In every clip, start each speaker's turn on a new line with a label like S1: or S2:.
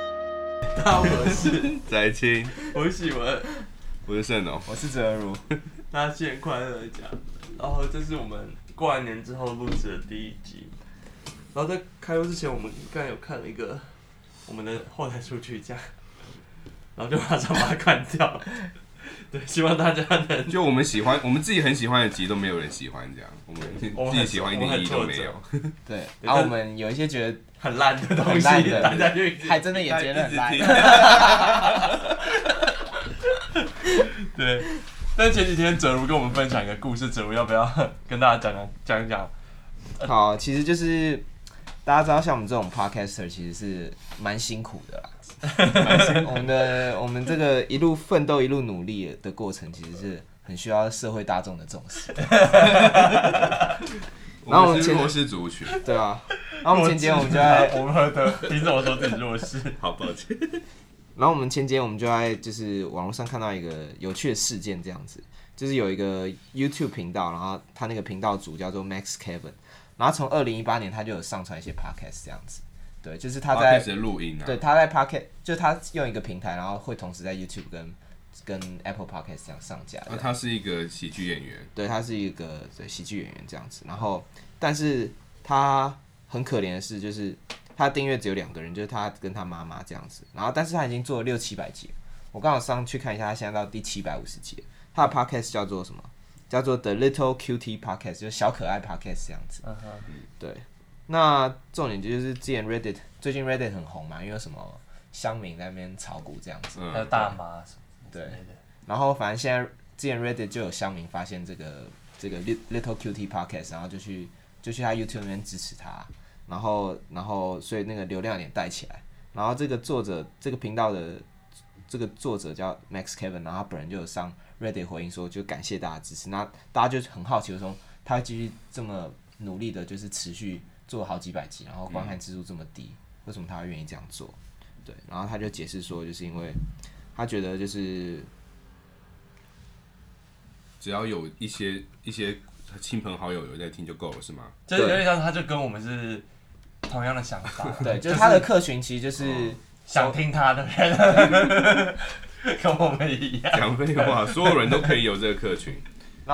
S1: 大家好，我是
S2: 翟青，
S1: 我是喜文，
S2: 我是盛农，
S3: 我是哲如，
S1: 大家新年快乐讲。然后这是我们过完年之后录制的第一集。然后在开录之前，我们刚才有看了一个我们的后台数据这样，然后就马上把它砍掉。对，希望大家能
S2: 就我们喜欢，我们自己很喜欢的集都没有人喜欢，这样我们
S1: 我们
S2: 自
S1: 很
S2: 己喜欢一点意义都没有
S1: 我。
S3: 对，
S1: 对
S3: 然后
S1: 但
S3: 我们有一些觉得
S1: 很烂的东
S3: 很
S1: 西，
S3: 烂的
S1: 大家就一直
S3: 还真的也觉得很烂
S2: 一，直听
S1: 对，但前几天哲如跟我们分享一个故事，哲如要不要跟大家讲讲讲一讲？
S3: 好，其实就是大家知道，像我们这种 podcaster 其实是蛮辛苦 的啦。我们的我们这个一路奋斗一路努力的过程，其实是很需要社会大众的重视，然后
S2: 我
S3: 我
S2: 们
S3: 们
S2: 是
S3: 前
S2: 弱势族群，
S3: 对啊。然后我们前几天我们就在
S1: 我们的凭什么说自己弱势？
S2: 好抱歉。
S3: 然后我们前几天我们就在就是网络上看到一个有趣的事件，这样子，就是有一个 YouTube 频道，然后他那个频道主叫做 Max Kevin，然后从二零一八年他就有上传一些 podcast 这样子，对，就是哦他
S2: 开
S3: 在
S2: 始录音啊，
S3: 对他在 podcast，就他用一个平台，然后会同时在 YouTube 跟跟 Apple Podcast 这样上架
S2: 啊，他是一个喜剧演员，
S3: 对他是一个对喜剧演员这样子，然后但是他很可怜的是，就是他订阅只有两个人，就是他跟他妈妈这样子，然后但是他已经做了六七百集了，我刚好上去看一下，他现在到第七百五十集了，他的 podcast 叫做什么？叫做 The Little Cutie Podcast，就是小可爱 podcast 这样子。
S1: 嗯哼
S3: 对，那重点就是之前 Reddit 最近 Reddit 很红嘛，因为什么乡民在那边炒股这样子，
S1: 还有
S2: 嗯，
S1: 呃大麻什么之
S3: 对
S1: 类的。
S3: 然后反正现在之前 Reddit 就有乡民发现这个这个 Lit- Little Cutie Podcast，然后就去就去他 YouTube 那边支持他，然后然后所以那个流量有点带起来，然后这个作者这个频道的这个作者叫 Max Kevin，然后他本人就有上 Reddit 回应说就感谢大家支持，那大家就很好奇说他会继续这么努力的，就是持续做好几百集，然后观看次数这么低，为什么他会愿意这样做？对，然后他就解释说，就是因为他觉得就是
S2: 只要有一些一些亲朋好友有在听就够了，是吗？
S1: 就是有点像，他就跟我们是同样的想法，
S3: 对，就是他的客群其实
S1: 哦
S3: 就是
S1: 想听他的人， 跟我们一样，
S2: 讲废话，所有人都可以有这个客群，
S3: 然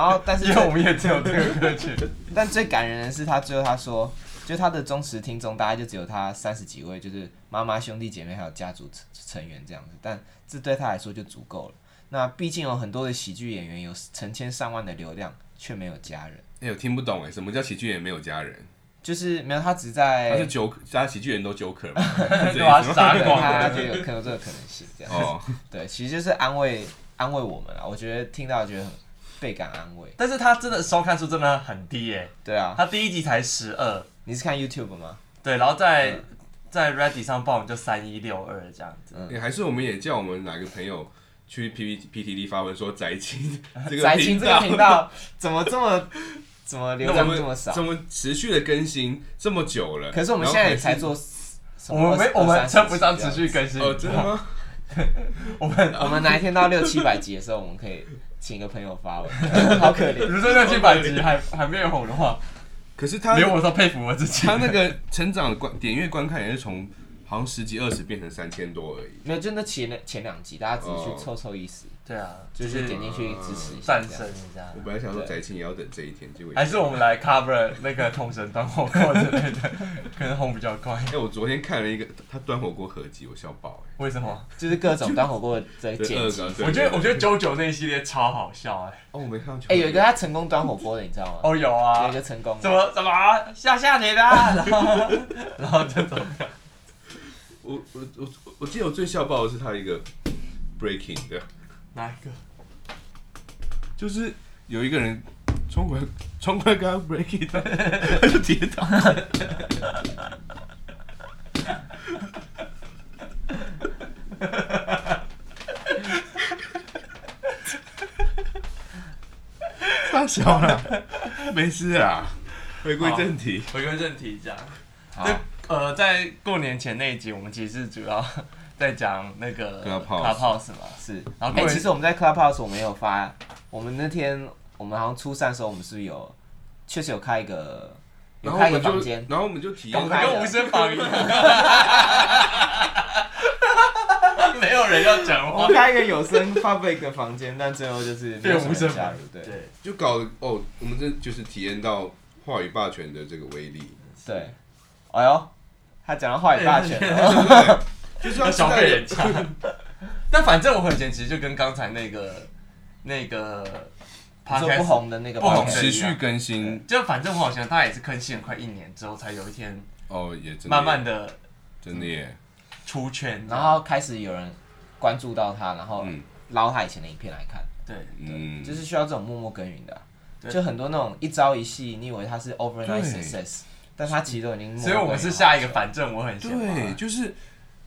S3: 后但是
S1: 因为我们也只有这个歌 曲。
S3: 但最感人的是他最后他说，就他的忠实听众大概就只有他三十几位，就是妈妈、兄弟姐妹还有家族成成员这样子，但这对他来说就足够了。那毕竟有很多的喜剧演员有成千上万的流量，却没有家人，
S2: 哎，我听不懂哎，什么叫喜剧演员没有家人？
S3: 就是没有他只
S2: 他是
S3: 在。
S2: 九，他喜剧演员都 Joker 吗？
S1: 对啊傻
S3: 对，
S1: 瓜
S3: 他就有可能有这个可能性，这样子。
S2: 哦，
S3: 对，其实就是安慰安慰我们啊，我觉得听到觉得很倍感安慰。
S1: 但是他真的收看数真的很低耶、
S3: 对啊，
S1: 他第一集才十二，
S3: 你是看 YouTube 吗？
S1: 对，然后在、在 Ready 上报我们就三一六二这样子。
S2: 哎还是我们也叫我们哪个朋友去 P P P T D 发文说宅 青这个
S3: 宅青这个
S2: 频
S3: 频道怎么这么怎么流
S2: 那我
S3: 量
S2: 们
S3: 这么少？
S2: 怎么持续的更新这么久了？
S3: 可是我们现在也才做什
S1: 我们
S3: 么二
S1: 没
S3: 十，，
S1: 我们
S3: 二三
S1: 称
S3: 十
S1: 不上持续更
S2: 然
S1: 新。
S2: 后才哦，真的吗？
S1: 我们
S3: 这样。我们哪一天到六七百集的时候，我们可以请一个朋友 发文，好可怜。
S1: 如果那七百集还还没有红的话，
S2: 可是他
S1: 连我都佩服我自己。
S2: 他那个成长的观点阅观看也是从好像十几二十变成三千多而已。
S3: 没有，就那前前两集，大家只是
S2: 哦
S3: 去凑凑意思，
S1: 对啊，
S3: 就是点进去支持一下
S1: 战
S3: 这样。
S1: 胜一下
S2: 我。本来想说翟青也要等这一天，结果也
S1: 还是我们来 cover 那个同神端火锅之类的，可能红比较快。
S2: 哎、我昨天看了一个他端火锅合集，我笑爆哎、
S1: 为什么？
S3: 就是各种当火锅的
S2: 这
S3: 剪
S2: 二
S3: 辑
S2: 个。，对
S1: 我觉得我
S2: 对
S1: 觉得九九那一系列超好笑哎、
S2: 哦，我没看到。
S3: 哎，有一个他成功端火锅的，你知道吗？
S1: 哦有
S3: 有
S1: 啊
S3: 一，个成功
S1: 怎
S3: 的，
S1: 么怎么吓吓你的啊、然后然后这种
S2: 我我我我我记得我最笑爆的是他一个 breaking 的，
S1: 哪一个？
S2: 就是有一个人冲过来 冲过来跟他 breaking，他 他就跌 倒。太小了，没事啊。回归正题，
S1: 回归正题讲，
S3: 好
S1: 这呃，在过年前那一集，我们其实是主要在讲那个
S2: Clubhouse
S1: Clubhouse 嘛。
S3: 是。
S1: 然后
S3: 哎、
S1: 过年
S3: 其实我们在 Clubhouse 我们有发，我们那天我们好像初散的时候，我们是不是有确实有开一个有
S2: 然后
S3: 开
S2: 我
S3: 一
S2: 们
S3: 个房
S2: 就
S3: 间，，
S2: 然后我们就体验
S3: 公
S1: 我
S3: 开
S1: 跟无声房一样， 没有人要讲
S3: 我
S1: 话
S3: 们，开一个有声 public 的房间，但最后就是没有什么
S1: 变
S3: 人
S1: 无声
S3: 加入，对
S1: 对，
S2: 就搞得哦，我们这就是体验到话语霸权的这个威 力，
S3: 对。哎呦，他讲到话语霸权了，
S2: 就是
S1: 要
S2: 要
S1: 消费人
S2: 期
S1: 家。但反正我很前其实就跟刚才那个那个
S3: 你 说
S1: podcast
S3: 不红的那个
S1: 不红的
S2: 待，
S3: podcast
S2: 持续更新
S1: 就反正我好像大概也是更新了快一年之后，才有一天
S2: 哦，也真的
S1: 慢慢的
S2: 真的耶，
S1: 出圈，
S3: 然后开始有人关注到他，然后
S2: 嗯
S3: 捞他以前的影片来看，
S1: 对
S2: 嗯，
S3: 哦就是需要这种默默耕耘的啊、
S1: 对
S3: 就很多那种一朝一夕，你以为他是 overnight
S2: 对
S3: success，但他其实都已经默默
S1: 所以我们是
S3: 耕耘
S1: 下一个
S3: 好久
S1: 反正我很闲
S2: 对，
S1: 嘛，
S2: 就是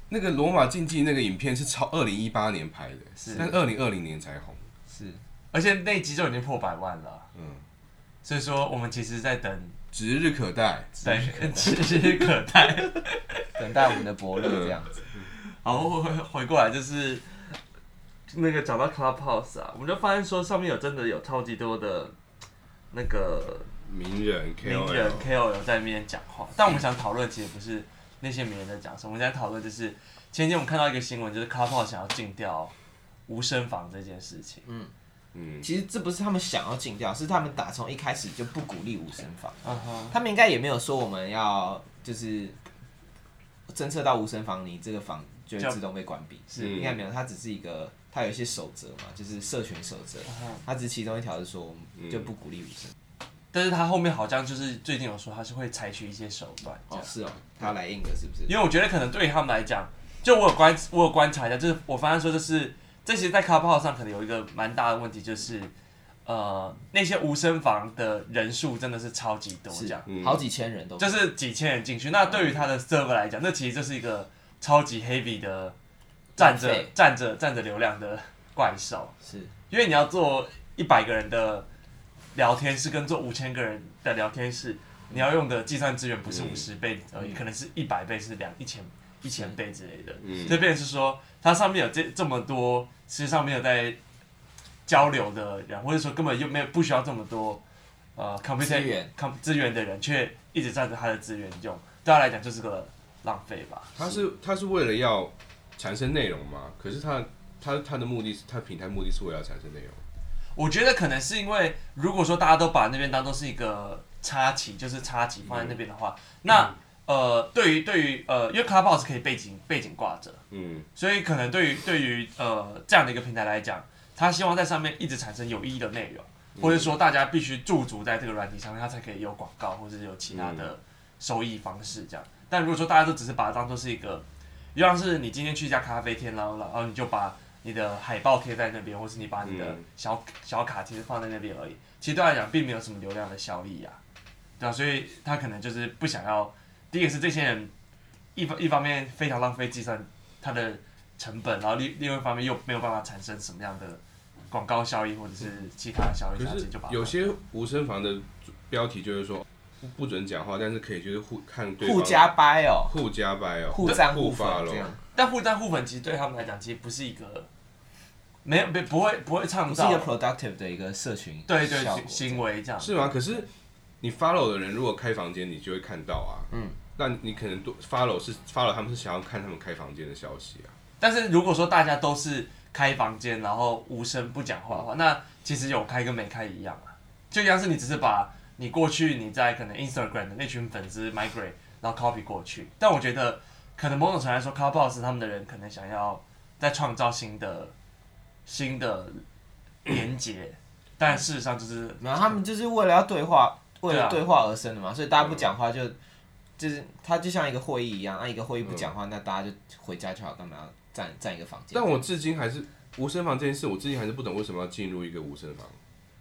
S2: 那个罗马竞技那个影片是超二零一八年拍的，
S1: 是
S2: 但二零二零年才红，
S3: 是
S1: 而且那集就已经破百万了，
S2: 嗯，
S1: 所以说我们其实在等
S2: 指日可待。
S1: 等指日可待。
S3: 等待我们的伯
S2: 嗯
S3: 乐这样子。
S1: 好，我回回过来就是那个找到 Clubhouse 啊，我们就发现说上面有真的有超级多的那个
S2: 名人
S1: 名人
S2: KOL，
S1: KOL 在那边讲话，但我们想讨论其实不是那些名人在讲什么，我们在讨论就是前几天我们看到一个新闻，就是 Clubhouse 想要禁掉无声房这件事情。
S2: 嗯，
S3: 其实这不是他们想要禁掉，是他们打从一开始就不鼓励无声房。
S1: 嗯哼，
S3: 他们应该也没有说我们要就是侦测到无声房，你这个房就会
S1: 就
S3: 自动被关闭，
S1: 是
S3: 应该没有。它只是一个，它有一些守则嘛，就是社群守则
S1: 嗯哼，
S3: 它只是其中一条是说我们
S2: 嗯
S3: 就不鼓励无声。
S1: 但是他后面好像就是最近有说他是会采取一些手段，这
S3: 哦
S1: 样，
S3: 是哦，他来硬的是不是？
S1: 因为我觉得可能对于他们来讲，就我有观我有观察一下，就是我发现说就是这些在 Clubhouse 上可能有一个蛮大的问题，就是呃那些无声房的人数真的是超级多这
S3: 是
S1: 样。
S2: 嗯
S3: 好几千人都
S1: 就是几千人进去。那对于他的 server 来讲，那其实就是一个超级 heavy 的站
S3: 浪
S1: 着
S3: 费
S1: 站着站着流量的怪兽，
S3: 是
S1: 因为你要做一百个人的聊天室跟做五千个人的聊天室，你要用的计算资源不是
S2: 嗯
S1: 五十倍而已，可能是一百倍，是两一千一千倍之类的。
S2: 嗯
S1: 所以变成是说，它上面有这这么多，其实上面有在交流的人，或者说根本就没有不需要这么多呃 c o m p u t
S3: 资源
S1: com 资源的人，却一直占着他的资源用，对他来讲就是个浪费吧。
S2: 他是他是为了要产生内容吗？可是他他他的目的是他平台目的是为了要产生内容，
S1: 我觉得可能是因为，如果说大家都把那边当做是一个插旗，就是插旗放在那边的话，
S3: 嗯
S1: 那呃，对于对于呃，因为 Clubhouse 可以背景背景挂着，
S2: 嗯
S1: 所以可能对于对于呃这样的一个平台来讲，他希望在上面一直产生有意义的内容，或者说大家必须驻足在这个软体上面，它才可以有广告或者是有其他的收益方式这样。但如果说大家都只是把它当做是一个，就像是你今天去一家咖啡厅，然后然后你就把你的海报贴在那边，或是你把你的
S2: 嗯
S1: 小、小卡贴放在那边而已，其实对他来讲并没有什么流量的效益啊，对啊，所以他可能就是不想要。第一个是这些人一方一方面非常浪费计算它的成本，然后另另外一方面又没有办法产生什么样的广告效益或者是其他的效益，
S2: 可
S1: 它直
S2: 是
S1: 接就把它
S2: 有些无声房的标题就是说不准讲话，但是可以就是互看对方
S3: 互加掰哦，
S2: 互加掰哦，
S3: 互赞
S2: 互
S3: 粉
S2: 发咯
S3: 这样，
S1: 但互赞互粉其实对他们来讲，其实不是一个没有不不会不会创
S3: 不是一
S1: 造
S3: 个
S2: 啊
S3: productive 的一个社群
S1: 对
S3: 效果
S1: 对行为这样
S2: 是吗？可是你 follow 的人如果开房间，你就会看到啊。
S3: 嗯，
S2: 那你可能多 follow 是 follow 他们是想要看他们开房间的消息啊。
S1: 但是如果说大家都是开房间，然后无声不讲话的话，那其实有开跟没开一样啊。就像是你只是把你过去你在可能 Instagram 的那群粉丝 migrate，然后 copy 过去。但我觉得可能某种程度来说，Clubhouse 他们的人可能想要再创造新的新的连接，但事实上就是
S3: 然后他们就是为了要对话，为
S1: 对
S3: 了
S1: 啊
S3: 对话而生的嘛，所以大家不讲话就就是它就像一个会议一样，那、啊一个会议不讲话，那大家就回家就好，干嘛要占占一个房间
S2: 但？我至今还是无声房这件事，我至今还是不懂为什么要进入一个无声房。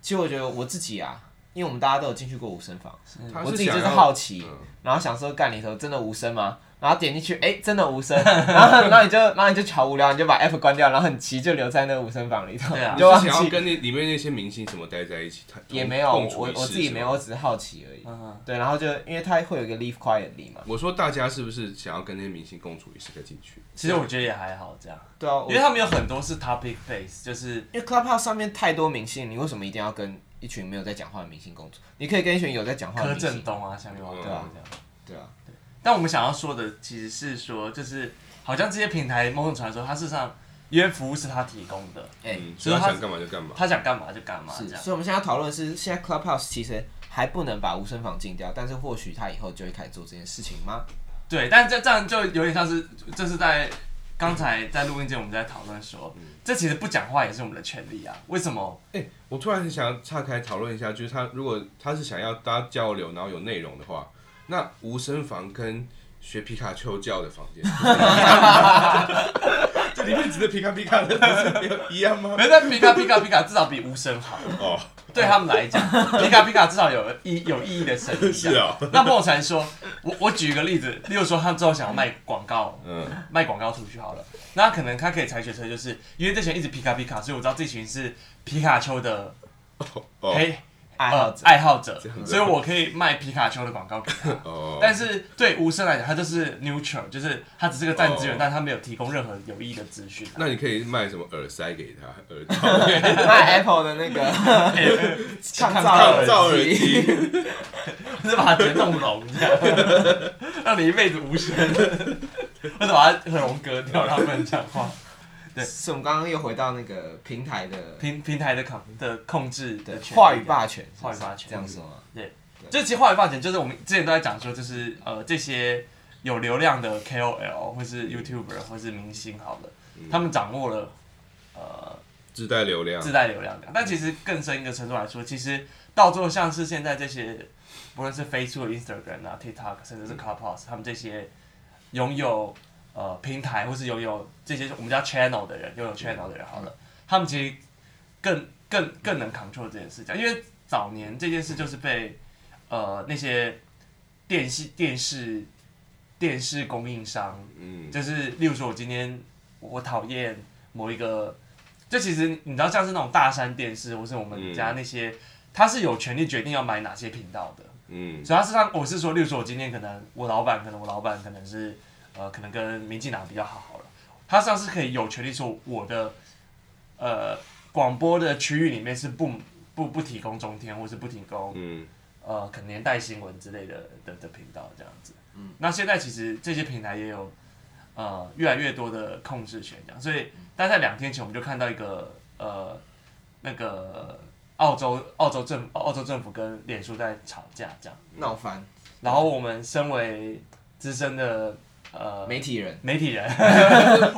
S3: 其实我觉得我自己啊，因为我们大家都有进去过无声房，
S2: 他
S3: 嗯我自己就
S2: 想
S3: 是
S2: 要
S3: 好奇，
S2: 嗯
S3: 然后想说干里头真的无声吗？然后点进去，哎、真的无声， 然后然后你就然后你就瞧无聊，你就把 app 关掉，然后很急就留在那个无声房里头，
S1: 对啊
S3: 你
S2: 你
S3: 就是忘
S2: 想要
S3: 记
S2: 跟那里面那些明星什么待在一起，他
S3: 也没有，
S2: 共处
S3: 我
S2: 一室
S3: 我自己
S2: 是
S3: 没
S2: 吗
S3: 有，我只是好奇而已。
S1: 嗯，
S3: 对，然后就因为它会有一个 leave quietly 嘛，
S2: 我说大家是不是想要跟那些明星共处一室再进去？
S1: 其实我觉得也还好这样，
S3: 对啊，我
S1: 因为他们有很多是 topic base，就是
S3: 因为 Clubhouse 上面太多明星，你为什么一定要跟一群没有在讲话的明星共处？你可以跟一群有在讲话
S1: 柯
S3: 的明
S1: 震
S3: 星，
S1: 东啊、像刘华
S2: 嗯
S1: 东啊这样。
S3: 对啊，
S1: 但我们想要说的其实是说，就是好像这些平台某种程度来说，它事实上因为服务是他提供的，
S3: 哎、
S2: 嗯，所
S1: 所以
S2: 以他
S1: 他
S2: 想干嘛就干嘛。
S1: 他想干嘛就干嘛
S3: 是，
S1: 这样。
S3: 所以我们现在要讨论的是，现在 Clubhouse 其实还不能把无声房禁掉，但是或许他以后就会开始做这件事情吗？
S1: 对，但这这样就有点像是，这是在刚才在录音间我们在讨论说，
S3: 嗯
S1: 这其实不讲话也是我们的权利啊。为什么？
S2: 哎、我突然很想要岔开讨论一下，就是他如果他是想要大家交流，然后有内容的话，那无声房跟学皮卡丘叫的房间， 这里面指的皮卡皮卡的不是没有一样吗？
S1: 没在皮卡皮卡皮卡至少比无声好，
S2: 哦，
S1: 对他们来 讲，皮卡皮卡至少有意有意义的声音。啊
S2: 是哦，
S1: 那莫才说，我我举一个例子，例如说他之后想要卖广告，
S2: 嗯，
S1: 卖广告出去好了，那可能他可以采取策略，就是因为这群一直皮卡皮卡，所以我知道这群是皮卡丘的
S2: 哦
S1: 黑、
S3: 爱好
S1: 呃
S3: 者，
S1: 爱好者
S2: 这样，子
S1: 所以我可以卖皮卡丘的广告给 他。
S2: 哦，
S1: 但是对无声来讲，他就是 neutral，就是他只是个站资源
S2: 哦
S1: 但他没有提供任何有益的资讯。啊
S2: 那你可以卖什么耳塞给他，耳罩、
S3: 卖 Apple 的那个抗
S1: 抗
S2: 罩
S3: 耳
S2: 耳
S3: 机，
S2: 机。
S1: 就是把它直接弄聋，这样 让你一辈子无声， 或者把它聋割掉，让他不能讲话。
S3: 是我们刚刚又回到那个平台的
S1: 平平台的控的控制的
S3: 的
S1: 权利
S3: 话语霸权，是不是
S1: 话语霸权
S3: 这样说吗？
S1: 就其实话语霸权，就是我们之前都在讲说，就是呃这些有流量的 KOL 或是 YouTuber 或是明星好了，他们掌握了呃
S2: 自带流量
S1: 自带流量的。但其实更深一个程度来说，其实到最后像是现在这些，不论是 Facebook、Instagram 啊、TikTok，甚至是 Clubhouse，他们这些拥有呃平台或是拥有这些我们叫 channel 的人，拥有 channel 的人好了，他们其实更更更能 control 这件事情，因为早年这件事就是被呃那些电视电视电视供应商
S2: 嗯，
S1: 就是例如说，我今天我讨厌某一个，就其实你知道，像是那种大山电视，或是我们家那些，他是有权利决定要买哪些频道的。
S2: 嗯
S1: 所以，他是让我是说，例如说，我今天可能我老板，可能我老板可能是呃，可能跟民进党比较好好了，他实际上是可以有权利说我的呃广播的区域里面是不不不提供中天，或是不提供
S2: 嗯，
S1: 呃，可能年代新闻之类的的的频道这样子。嗯，那现在其实这些平台也有呃越来越多的控制权这样，所以
S3: 嗯
S1: 但在两天前我们就看到一个呃那个澳洲澳洲政澳洲政府跟脸书在吵架这样，
S3: 闹翻
S1: 然后我们身为资深的呃
S3: 媒体人，
S1: 媒体人，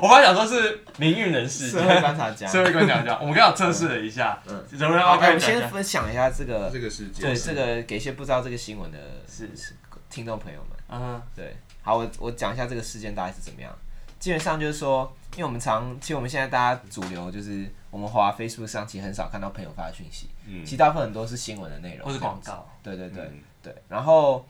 S1: 我刚才想说是民运人士
S3: 社。会观察家。
S1: 社会观察家，我们刚好测试了一下，
S3: 嗯
S1: 人们
S3: 好，
S1: 要
S3: 哎我
S1: 开
S3: 们
S1: 始讲
S3: 先分享一下这个，
S2: 这个世界
S3: 对这个给一些不知道这个新闻的
S1: 是
S3: 听众朋友们。
S1: 嗯
S3: 对，好，我我讲一下这个事件大概是怎么样。基本上就是说，因为我们常，其实我们现在大家主流就是我们滑 Facebook 上，其实很少看到朋友发的讯息，
S2: 嗯
S3: 其实大部分很多是新闻的内容
S1: 或是广。告，
S3: 对对对、
S2: 嗯
S3: 对，然后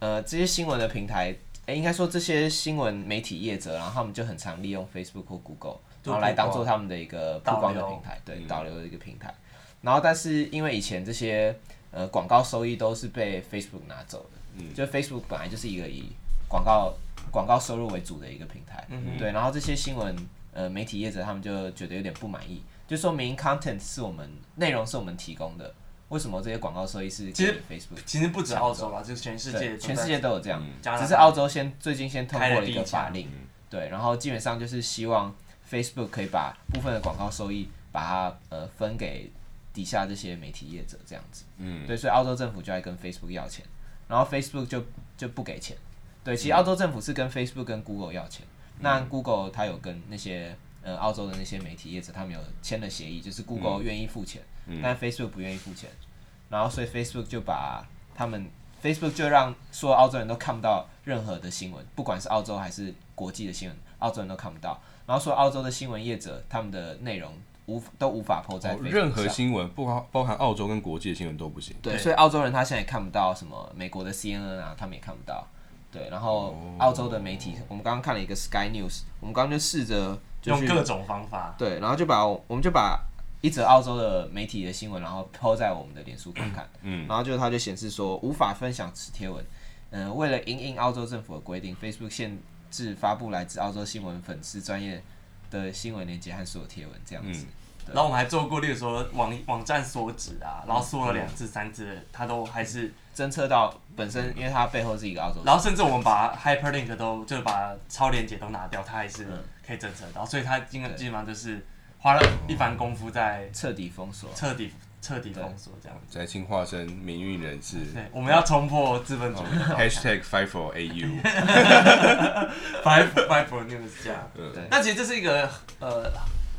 S3: 呃，这些新闻的平台，哎、应该说这些新闻媒体业者，然后他们就很常利用 Facebook 或 Google，
S1: 做
S3: 然后来
S1: 曝光
S3: 当做他们的一个曝光的
S1: 导流
S3: 平台，对，
S2: 嗯
S3: 导流的一个平台。然后，但是因为以前这些呃广告收益都是被 Facebook 拿走的，
S2: 嗯
S3: 就 Facebook 本来就是一个以广告广告收入为主的一个平台，
S1: 嗯哼
S3: 对。然后这些新闻呃媒体业者他们就觉得有点不满意，就说明 content 是我们内容是我们提供的，为什么这些广告收益是
S1: 其
S3: 给
S1: 实
S3: Facebook？
S1: 其实不止澳洲啦，就是全世界
S3: 对
S1: 都
S3: 全
S1: 在嗯
S3: 世界都有这样，
S1: 加拿大
S3: 只是澳洲先最近先通
S1: 开
S3: 过
S1: 了
S3: 了一
S1: 第
S3: 个
S1: 一
S3: 法
S1: 枪
S3: 令，对，然后基本上就是希望 Facebook 可以把部分的广告收益把它呃分给底下这些媒体业者这样子，
S2: 嗯
S3: 对，所以澳洲政府就来跟 Facebook 要钱，然后 Facebook 就就不给钱，对，
S2: 嗯
S3: 其实澳洲政府是跟 Facebook 跟 Google 要钱，那 Google 它有跟那些呃澳洲的那些媒体业者他们有签了协议，就是
S2: 嗯
S3: Google 愿意付钱，但 Facebook 不愿意付钱，然后所以 Facebook 就把他们 Facebook 就让所有澳洲人都看不到任何的新闻，不管是澳洲还是国际的新闻，澳洲人都看不到。然后所有澳洲的新闻业者他们的内容无都无法 PO 在
S2: 哦
S3: Facebook 上、
S2: 任何新闻，不包包含澳洲跟国际的新闻都不行。
S3: 对，
S1: 对
S3: 所以澳洲人他现在也看不到什么美国的 CNN 啊，他们也看不到。对，然后澳洲的媒体，我们刚刚看了一个 Sky News，我们刚刚就试着就
S1: 用
S3: 去
S1: 各种方法，
S3: 对，然后就把我我们就把一则澳洲的媒体的新闻，然后抛在我们的脸书看看，嗯，然后就它就显示说无法分享此贴文，嗯、为了因应澳洲政府的规定，Facebook 限制发布来自澳洲新闻粉丝专业的新闻链接和所有贴文这样子，
S1: 然后我们还做过，例如说网网站缩指啊，然后
S3: 嗯
S1: 缩了两次、三次，它都还是，
S3: 侦测到本身因为它背后是一个澳洲，嗯
S1: 然后甚至我们把 hyperlink 都就是把超链接都拿掉，它还是可以侦测到，所以他基本基本上就是花了一番功夫在
S3: 彻底封锁。
S1: 彻底彻底封锁这样子。
S2: 翟青化身民运人士
S1: 对，我们要冲破资本主义。
S3: 哦
S2: ，#hashtag fight for AU。
S1: Five Five for News 这样。
S2: 嗯
S3: 对
S1: 那其实这是一个呃，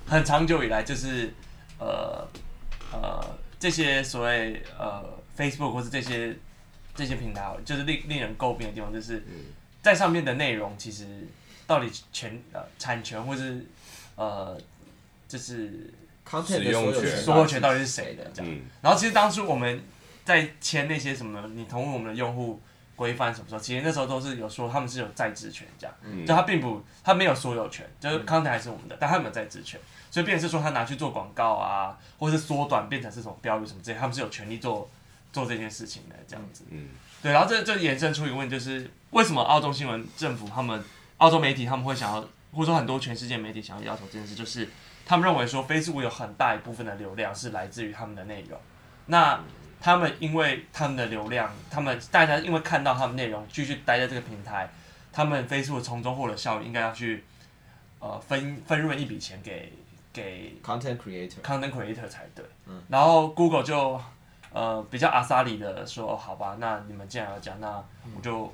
S1: 很长久以来就是呃呃这些所谓呃 Facebook 或是这些这些平台好了，就是令令人诟病的地方，就是在上面的内容其实到底权呃产权或是呃就是
S2: 使
S3: content 的
S2: 用
S3: 所有
S2: 权
S3: 权
S1: 所有权到底是谁的这样。
S2: 嗯，
S1: 然后其实当初我们在签那些什么你同意我们的用户规范什么时候，其实那时候都是有说他们是有在职权这样，
S2: 嗯
S1: 就他并不他没有所有权，就是 content 还是我们的，但他们有在职权，所以变成是说他拿去做广告啊，或是缩短变成是什么标语什么之类，他们是有权利做做这件事情的这样子。
S2: 嗯，
S1: 对，然后这就延伸出一个问题，就是为什么澳洲新闻政府他们澳洲媒体他们会想要，或者说很多全世界媒体想要要求这件事，就是他们认为说 Facebook 有很大一部分的流量是来自于他们的内容，那他们因为他们的流量，他们大家因为看到他们内容，继续待在这个平台，他们 Facebook 从中获得效益，应该要去呃分分润一笔钱给给
S3: content creator，
S1: content creator 才对。
S3: 嗯
S1: 然后 Google 就呃比较阿萨里的说，哦好吧，那你们既然要讲，那我就、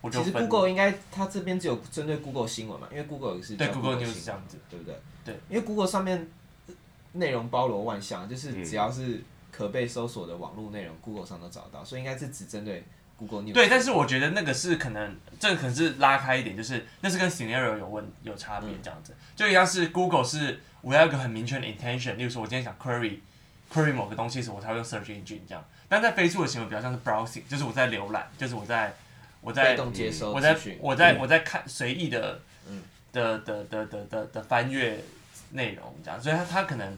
S1: 我就
S3: 嗯其实
S1: 分
S3: Google 应该它这边只有针对 Google 新闻嘛，因为 Google 也是
S1: 对
S3: 叫
S1: Google
S3: Google 新
S1: News
S3: 闻
S1: 这样子。
S3: 对不对？
S1: 对，
S3: 因为 Google 上面呃内容包罗万象，就是
S2: 嗯
S3: 只要是可被搜索的网络内容，Google 上都找到，所以应该是只针对 Google News。
S1: 对，但是我觉得那个是可能，这个可能是拉开一点，就是那是跟 scenario 有问有差
S3: 嗯
S1: 别这样子。就一样是 Google 是我要有一个很明确的 intention，例如说我今天想 query query 某个东西的时，候，我才会用 search engine 这样。但在 Facebook 的行为比较像是 browsing，就是我在浏览，就是我在我在
S3: 被
S2: 嗯
S3: 动接收
S1: 我
S3: 资
S1: 在
S3: 讯，
S1: 我在我在看随意的
S3: 嗯，
S1: 的的的的的的翻阅内容这样，所以它它可能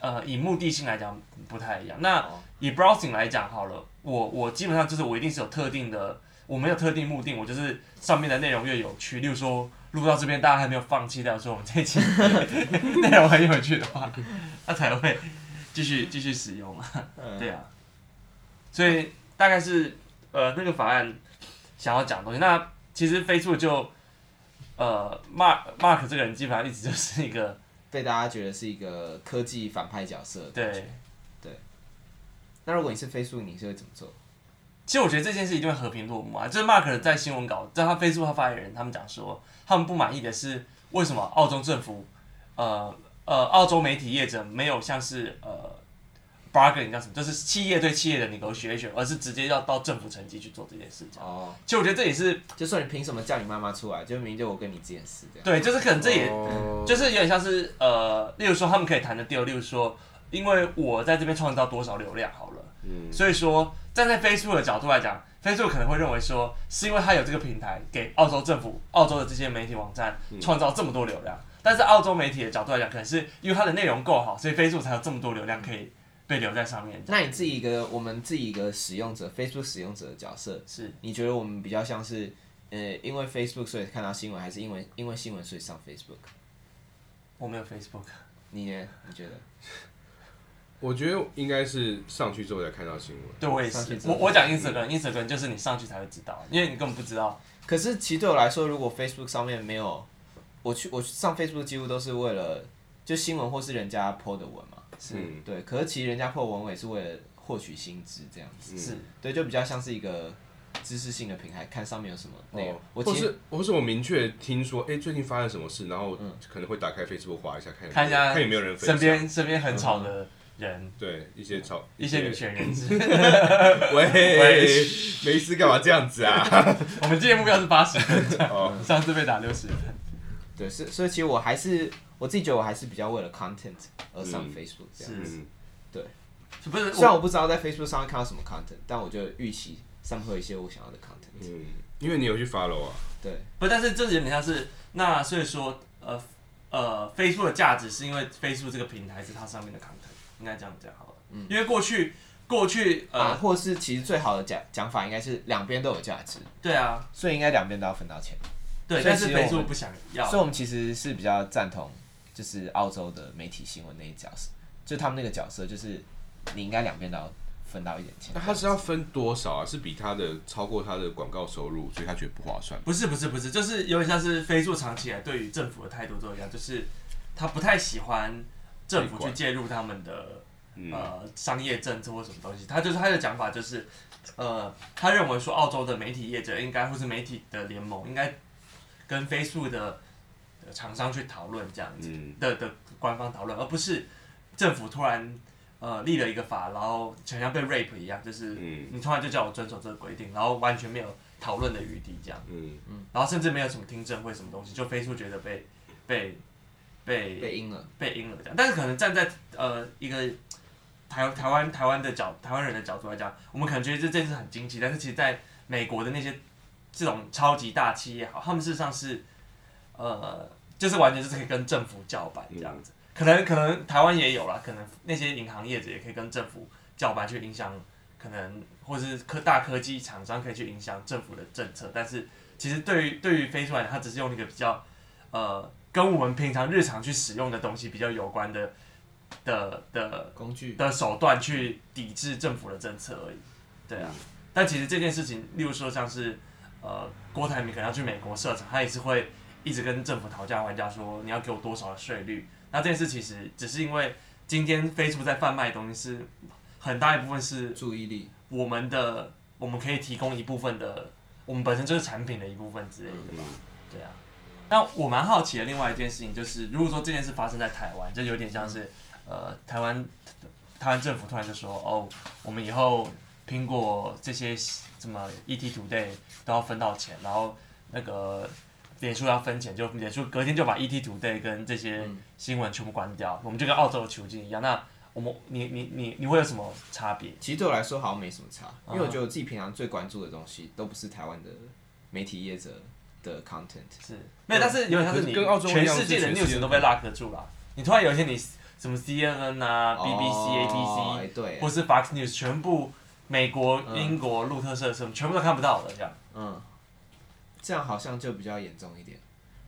S1: 呃以目的性来讲不太一样。那
S3: 哦
S1: 以 browsing 来讲好了，我我基本上就是我一定是有特定的，我没有特定目的，我就是上面的内容越有趣，例如说。录到这边，大家还没有放弃掉，说我们这一期 内容很有趣的话，那才会继续继续使用嘛。
S3: 嗯
S1: 对啊，所以大概是呃那个法案想要讲的东西。那其实 Facebook 就呃 Mark Mark 这个人基本上一直就是一个
S3: 被大家觉得是一个科技反派角色。
S1: 对。
S3: 那如果你是 Facebook，你是会怎么做？
S1: 其实我觉得这件事一定会和平落幕啊！就是 Mark 在新闻稿，在他 Facebook 他发言人他们讲说，他们不满意的是为什么澳洲政府，呃呃，澳洲媒体业者没有像是呃 bargain 叫什么，就是企业对企业的 negotiation，而是直接要到政府层级去做这件事情。
S3: 哦，
S1: 其实我觉得这也是
S3: 就说你凭什么叫你妈妈出来？就明明就我跟你这件事这样。
S1: 对，就是可能这也嗯
S2: 哦
S1: 就是有点像是呃，例如说他们可以谈的 deal，例如说，因为我在这边创造多少流量好了，
S2: 嗯
S1: 所以说站在 Facebook 的角度来讲，Facebook 可能会认为说，是因为它有这个平台给澳洲政府、澳洲的这些媒体网站
S3: 嗯
S1: 创造这么多流量，但是澳洲媒体的角度来讲，可能是因为它的内容够好，所以 Facebook 才有这么多流量可以被留在上面。
S3: 那你自己一个我们自己一个使用者，Facebook 使用者的角色，
S1: 是
S3: 你觉得我们比较像是呃，因为 Facebook 所以看到新闻，还是因为因为新闻所以上 Facebook？
S1: 我没有 Facebook，
S3: 你呢？你觉得？
S2: 我觉得应该是上去之后才看到新闻。
S1: 对我也
S3: 上去
S1: 是，
S3: 之
S1: 我
S3: 后
S1: 我讲 Instagram，Instagram 就是你上去才会知道，因为你根本不知道。
S3: 可是其实对我来说，如果 Facebook 上面没有我去我去上 Facebook 几乎都是为了就新闻或是人家 po 的文嘛，
S1: 是
S2: 嗯
S3: 对。可是其实人家 po 文我也是为了获取薪资这样子，
S1: 是，
S3: 对，就比较像是一个知识性的平台，看上面有什么内容
S2: 哦。，
S3: 我
S2: 或
S3: 其实
S2: 是或是我明确听说，哎、最近发生什么事，然后可能会打开 Facebook 划一下，看有没有
S1: 看一下
S2: 看有没有人
S1: 身
S2: 分享。嗯
S1: 边身边很吵的人，
S2: 对一些超
S1: 一些女权人士。
S2: 喂
S1: 喂
S2: 没事干嘛这样子啊？
S1: 我们今天目标是八十 分，
S2: 哦，
S1: 上次被打六十分。
S3: 对，是所以其实我还是我自己觉得我还是比较为了 content 而上
S2: 嗯
S3: Facebook 这样。
S1: 是
S2: 嗯，
S1: 不是
S3: 虽然我不知道在 Facebook 上会看到什么 content，但我就预期上面会有一些我想要的 content。
S2: 嗯，因为你有去 follow 啊，
S3: 对，
S1: 不，但是这有点像是那，所以说呃呃，Facebook 的价值是因为 Facebook 这个平台是它上面的 content，应该这样讲好了。
S2: 嗯
S1: 因为过去过去呃，
S3: 啊，或是其实最好的讲讲法应该是两边都有价值，
S1: 对啊，
S3: 所以应该两边都要分到钱。
S1: 对，
S3: 所以
S1: 但
S3: 其
S1: 是
S3: 实我们
S1: Facebook 不想要
S3: 所以，我们其实是比较赞同，就是澳洲的媒体新闻那一角色，就他们那个角色，就是你应该两边都要分到一点钱
S2: 那。他是要分多少啊？是比他的超过他的广告收入，所以他觉得不划算。
S1: 不是不是不是，就是有点像是飞速长期以来对于政府的态度都一样，就是他不太喜欢政府去介入他们的
S2: 嗯，
S1: 呃商业政策或什么东西。他就是他的讲法就是，呃，他认为说澳洲的媒体业者应该或是媒体的联盟应该跟飞速的呃厂商去讨论这样子
S2: 嗯
S1: 的的官方讨论，而不是政府突然呃立了一个法，然后就像被 rape 一样，就是
S2: 嗯
S1: 你突然就叫我遵守这个规定，然后完全没有讨论的余地这样。
S2: 嗯，
S1: 然后甚至没有什么听证会什么东西，就飞速觉得被被被
S3: 被阴了，
S1: 被阴了这样。但是可能站在呃一个台台湾台湾的角台湾人的角度来讲，我们可能觉得这件事很惊奇，但是其实在美国的那些这种超级大企业好，他们事实上是呃就是完全就是可以跟政府叫板这样子。可能可能台湾也有啦，可能那些银行业者也可以跟政府叫板去影响，可能或是科大科技厂商可以去影响政府的政策，但是其实对于对于飞出来，它只是用一个比较呃跟我们平常日常去使用的东西比较有关的的的
S3: 工具
S1: 的手段去抵制政府的政策而已。对啊，但其实这件事情，例如说像是呃郭台铭可能要去美国设厂，他也是会一直跟政府讨价还价，说你要给我多少的税率。那这件事其实只是因为今天 Facebook 在贩卖的东西是很大一部分是
S3: 注意力，
S1: 我们的，我们可以提供一部分的，我们本身就是产品的一部分之类的。对啊。那我蛮好奇的另外一件事情就是，如果说这件事发生在台湾，就有点像是，呃，台湾台湾政府突然就说，哦，我们以后苹果这些什么 ET Today 都要分到钱，然后那个脸书要分钱，就脸书隔天就把 ET Today 跟这些
S3: 嗯
S1: 新闻全部关掉，我们就跟澳洲的囚禁一样。那我们你你你你会有什么差别？
S3: 其实对我来说好像没什么差，因为
S1: 嗯
S3: 我觉得我自己平常最关注的东西都不是台湾的媒体业者的 content。
S1: 是，没有，但是有点像是
S2: 啊可是
S1: 你
S2: 跟澳洲一样
S1: 全世界的
S2: 是全世界
S1: news 都被 lock 住了，你突然有一天你什么 CNN 啊、BBC、
S3: 哦
S1: ABC
S3: 哎对，
S1: 或是 Fox News 全部美国、
S3: 嗯
S1: 英国、路透社什么全部都看不到了，这样
S3: 嗯，这样好像就比较严重一点。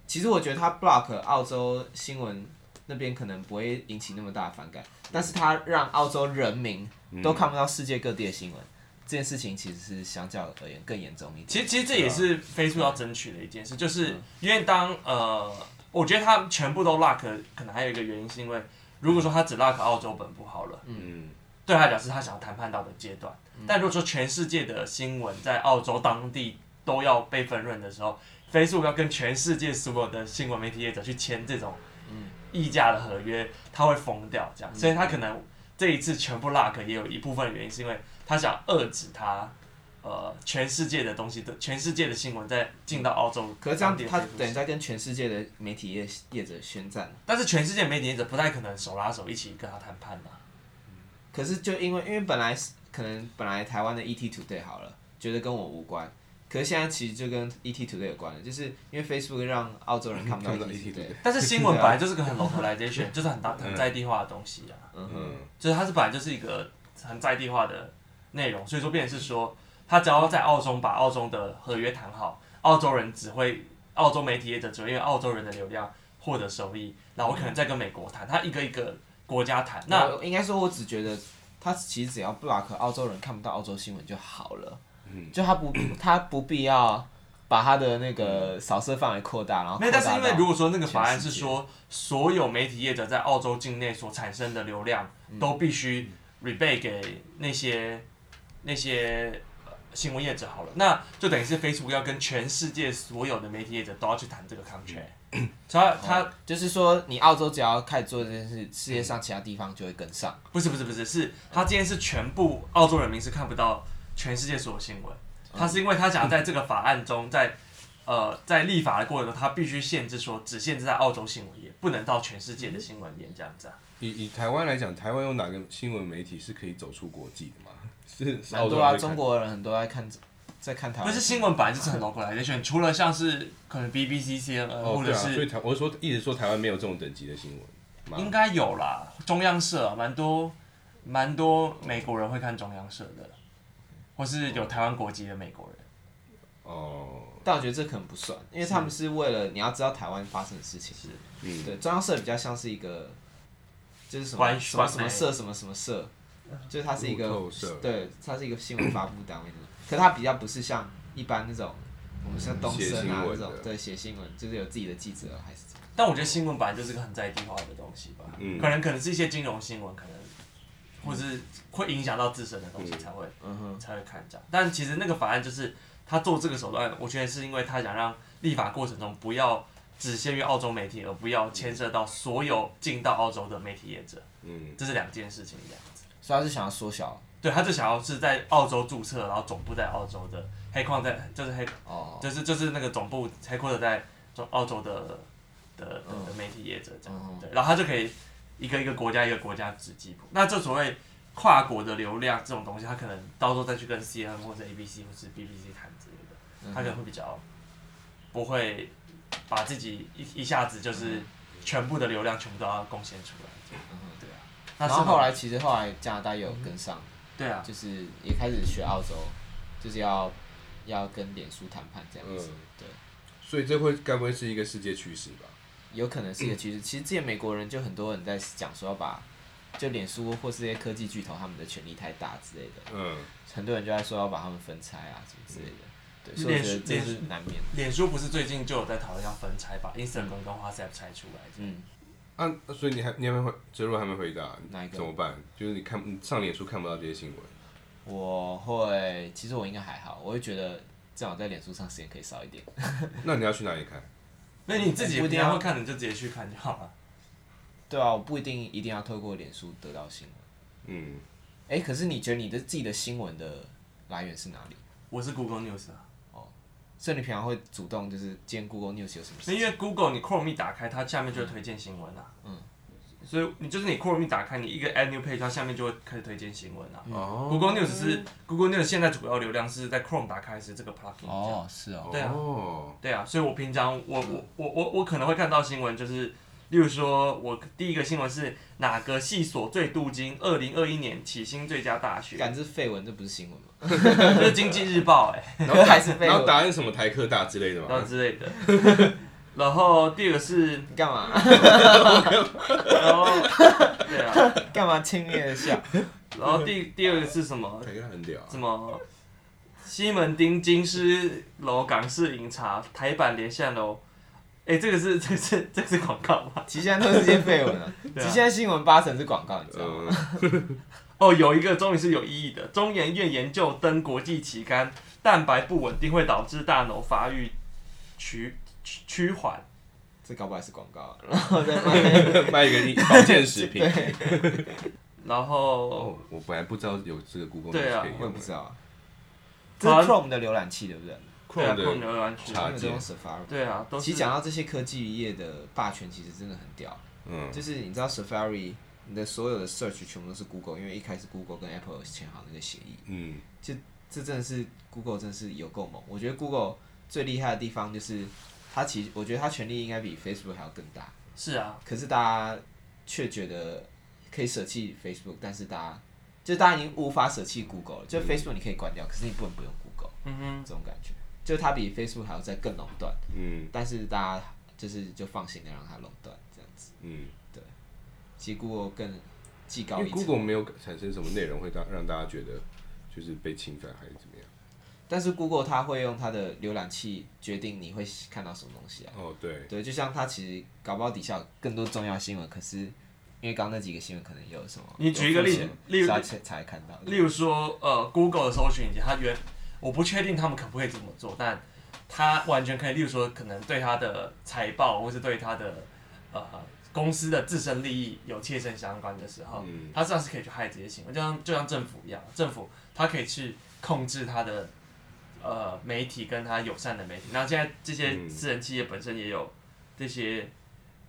S3: 其实我觉得他 block 澳洲新闻那边可能不会引起那么大的反感，但是他让澳洲人民
S1: 嗯
S3: 都看不到世界各地的新闻，这件事情其实是相较而言更严重一点。
S1: 其实其实这也
S3: 啊
S1: 是飞速要
S3: 嗯
S1: 争取的一件事，就是因为当呃，我觉得他全部都 lock，可能还有一个原因是因为，如果说他只 lock 澳洲本部好了，
S2: 嗯，
S1: 对他来讲是他想要谈判到的阶段。
S3: 嗯
S1: 但如果说全世界的新闻在澳洲当地都要被分润的时候，Facebook 要跟全世界所有的新闻媒体业者去签这种
S3: 嗯
S1: 议价的合约，他会疯掉这样。所以他可能这一次全部 lock 也有一部分原因是因为他想遏制他。呃，全世界的东西的，全世界的新闻在进到澳洲，
S3: 可是这样，他等于，在跟全世界的媒体业业者宣战。
S1: 但是全世界媒体业者不太可能手拉手一起跟他谈判嘛、
S3: 可是就因为因为本来是可能本来台湾的 ET Today 好了，觉得跟我无关，可是现在其实就跟 ET Today 有关了，就是因为 Facebook 让澳洲人看不到
S2: 看不到
S3: ET
S2: ET
S3: Today，
S1: 但是新闻本来就是个很 localization，就是很当很在地化的东西啊。
S3: 嗯哼，
S2: 嗯
S1: 就是它是本来就是一个很在地化的内容，所以说变成是说，他只要在澳洲把澳洲的合约谈好，澳洲人只会澳洲媒体业者只会因为澳洲人的流量获得收益，然后我可能再跟美国谈，他一个一个国家谈，那
S3: 那应该说，我只觉得他其实只要 block 澳洲人看不到澳洲新闻就好了，
S2: 嗯
S3: 就他不他不必要把他的那个扫射范围扩大，然后
S1: 没有，但是因为如
S3: 果
S1: 果说那个法案是
S3: 全世界
S1: 说所有媒体业者在澳洲境内所产生的流量
S3: 嗯
S1: 都必须 rebate 给那些那些呃新闻业者好了，那就等于是 Facebook 要跟全世界所有的媒体业者都要去谈这个 contract，、所
S3: 嗯
S1: 以他他
S3: 就是说，你澳洲只要开始做这件事，世界上其他地方就会跟上。
S1: 不是不是不是，是他今天是全部澳洲人民是看不到全世界所有新闻，
S2: 嗯
S1: 他是因为他想要在这个法案中，在呃在立法的过程中，他必须限制说只限制在澳洲新闻业，不能到全世界的新闻业这样子啊。
S2: 以以台湾来讲，台湾有哪个新闻媒体是可以走出国际的吗？是是
S3: 蛮
S2: 澳洲
S3: 多啊，
S2: 人会看
S3: 中国人很多在看在看台
S1: 但
S2: 嗯
S3: 湾，
S1: 是新闻本来就是很 localization，除了像是可能 BBC、CNN、
S2: 哦，
S1: 呃或
S2: 对
S1: 者
S2: 啊，所以
S1: 是
S2: 台我说一直说台湾没有这种等级的新闻嘛，
S1: 应该有啦，中央社啊蛮多蛮多美国人会看中央社的，或是有台湾国籍的美国人。
S2: 哦，
S3: 但我觉得这可能不算，因为他们是为了你要知道台湾发生的事情。
S1: 是
S2: 嗯
S3: 对，中央社比较像是一个，就是什么
S1: 官
S3: 什么
S1: 宣
S3: 什么
S1: 哎
S3: 社什么什么社，就是它是一
S2: 路
S3: 个
S2: 透社
S3: 对，它是一个新闻发布单位，可它比较不是像一般那种我们像东
S2: 写
S3: 森
S2: 新
S3: 啊
S2: 闻
S3: 那种
S2: 的
S3: 对写新闻，就是有自己的记者还是怎么样
S1: 但我觉得新闻本来就是个很在地化的东西吧，
S2: 嗯
S1: 可能可能是一些金融新闻，可能或是会影响到自身的东西才会、
S3: 嗯哼
S1: 才会看这样。但其实那个法案就是他做这个手段，我觉得是因为他想让立法过程中不要只限于澳洲媒体，而不要牵涉到所有进到澳洲的媒体业者，
S2: 嗯，
S1: 这是两件事情这样。
S3: 所以它是想要缩小
S1: 对他就想要是在澳洲注册，然后总部在澳洲的黑矿在就是黑
S3: 哦，
S1: 就是就是那个总部 h e a d q u a r t e 在中澳洲的的的
S3: 嗯
S1: 的媒体业者这样，
S3: 嗯
S1: 对，然后他就可以一个一个国家一个国家只击破。那这所谓跨国的流量这种东西，他可能到时候再去跟 CNN 或者 ABC 或是 BBC 谈之类的，
S3: 嗯
S1: 他可能
S3: 哼
S1: 会比较不会把自己一一下子就是全部的流量全部都要贡献出来。这样
S3: 嗯哼嗯
S1: 对啊，那
S3: 然
S1: 是
S3: 后后
S1: 吗
S3: 来其实后来加拿大也有跟上，
S1: 对啊，
S3: 就是也开始学澳洲，就是要要跟脸书谈判这样子，
S2: 嗯
S3: 对。
S2: 所以这会该不会是一个世界趋势吧？
S3: 有可能是一个趋势。其实之前美国人就很多人在讲说要把就脸书或是这些科技巨头他们的权力太大之类的，
S2: 嗯，
S3: 很多人就在说要把他们分拆啊什么之类的。对，所以我
S1: 脸
S3: 觉得
S1: 书
S3: 这
S1: 脸
S3: 是
S1: 书
S3: 难免的。
S1: 脸书不是最近就有在讨论要分拆把 Instagram 跟 WhatsApp 拆出来这样，
S3: 嗯，
S2: 啊，所以你还你还没回，哲如还没回答，
S3: 哪一个
S2: 怎么办？就是你看你上脸书看不到这些新闻，
S3: 我会，其实我应该还好，我会觉得正好在脸书上时间可以少一点。
S2: 那你要去哪里看？
S1: 那你自己
S3: 嗯不一
S1: 平
S3: 定
S1: 常
S3: 要
S1: 会看，你就直接去看就好了。
S3: 对啊，我不一定一定要透过脸书得到新闻。
S2: 嗯，
S3: 哎、可是你觉得你的自己的新闻的来源是哪里？
S1: 我是 Google News 啊，
S3: 所以你平常会主动就是今天 Google News 有什么事
S1: 那
S3: 情？
S1: 因为 Google 你 Chrome 一打开，它下面就会推荐新闻啊。嗯。所以你就是你 Chrome 一打开，你一个 Add New Page，它下面就会开始推荐新闻啊。
S2: 哦
S1: Google News 是 Google News 现在主要流量是在 Chrome 打开是这个 plugin。。，
S3: 是哦
S1: 对啊
S2: 哦，
S1: 对啊，所以我平常我我我我我可能会看到新闻，就是例如说我第一个新闻是哪个系所最镀金，二零二一年起薪最佳大学，
S3: 感知绯闻，这不是新闻吗？
S1: 这是经济日报哎、
S3: 然后还是绯闻。
S2: 然后答案什么台科大之类的
S1: 然
S2: 嘛
S1: 后？之类的。然后第二个是，
S3: 你干嘛？
S1: 然后对啊，
S3: 干嘛轻蔑的笑？
S1: 然后 第第二个是什么？
S2: 台科大很屌啊，
S1: 什么？西门町金狮楼港式饮茶台版连线楼，哎、这个是 这个是这个是广告吗？
S3: 其实现在都是些绯闻啊，其
S1: 对啊呃
S3: 实现在新闻八成是广告，你知道吗？
S2: 嗯，
S1: 哦，有一个终于是有意义的，中研院研究登国际期刊，蛋白不稳定会导致大脑发育趋趋趋缓。
S3: 这搞不好也是广告啊，然后再 卖。
S2: 卖一个一保健食 品。
S1: 然后
S2: 哦，我本来不知道有这个 Google
S1: 对啊
S2: News 可以用
S3: 我也不知道啊。这
S1: 好啊
S3: 是 Chrome 的浏览器对不对？
S1: 对啊，
S2: Chrome 的
S1: 控牛丸区，
S2: 查
S3: 他们都用
S2: 键
S3: Safari。
S1: 对啊，都
S3: 其
S1: 是
S3: 实讲到这些科技业的霸权，其实真的很屌。
S2: 嗯，
S3: 就是你知道 Safari，你的所有的 search 全部都是 Google，因为一开始 Google 跟 Apple 有签好那个协议。
S2: 嗯，
S3: 这真的是 Google 真的是有够猛。我觉得 Google 最厉害的地方就是它其实，我觉得它权力应该比 Facebook 还要更大。
S1: 是啊，
S3: 可是大家却觉得可以舍弃 Facebook，但是大家就大家已经无法舍弃 Google 了。就 Facebook 你可以关掉，可是你不能不用 Google，
S1: 嗯哼，
S3: 这种感觉，就它比 Facebook 还要再更垄断，
S2: 嗯
S3: 但是大家就是就放心的让它垄断这样子。
S2: 嗯，
S3: 其实 Google 更技
S2: 因
S3: 高
S2: 为
S3: 一层，
S2: Google 没有产生什么内容会让让大家觉得就是被侵犯还是怎么样。
S3: 但是 Google 它会用它的浏览器决定你会看到什么东西啊。
S2: 哦，对，
S3: 对，就像它其实搞不好底下有更多重要新闻，可是因为刚刚那几个新闻可能有什么，
S1: 你举一个例子例如
S3: 才才看到的，
S1: 例如说，呃，Google 的搜寻引擎，它原我不确定他们可不可以这么做，但它完全可以，例如说，可能对它的财报或是对它的呃公司的自身利益有切身相关的时候，
S2: 嗯
S1: 它这样是可以去害这些行为，就像就像政府一样，政府它可以去控制它的呃媒体跟它友善的媒体。那现在这些
S2: 嗯
S1: 私人企业本身也有这些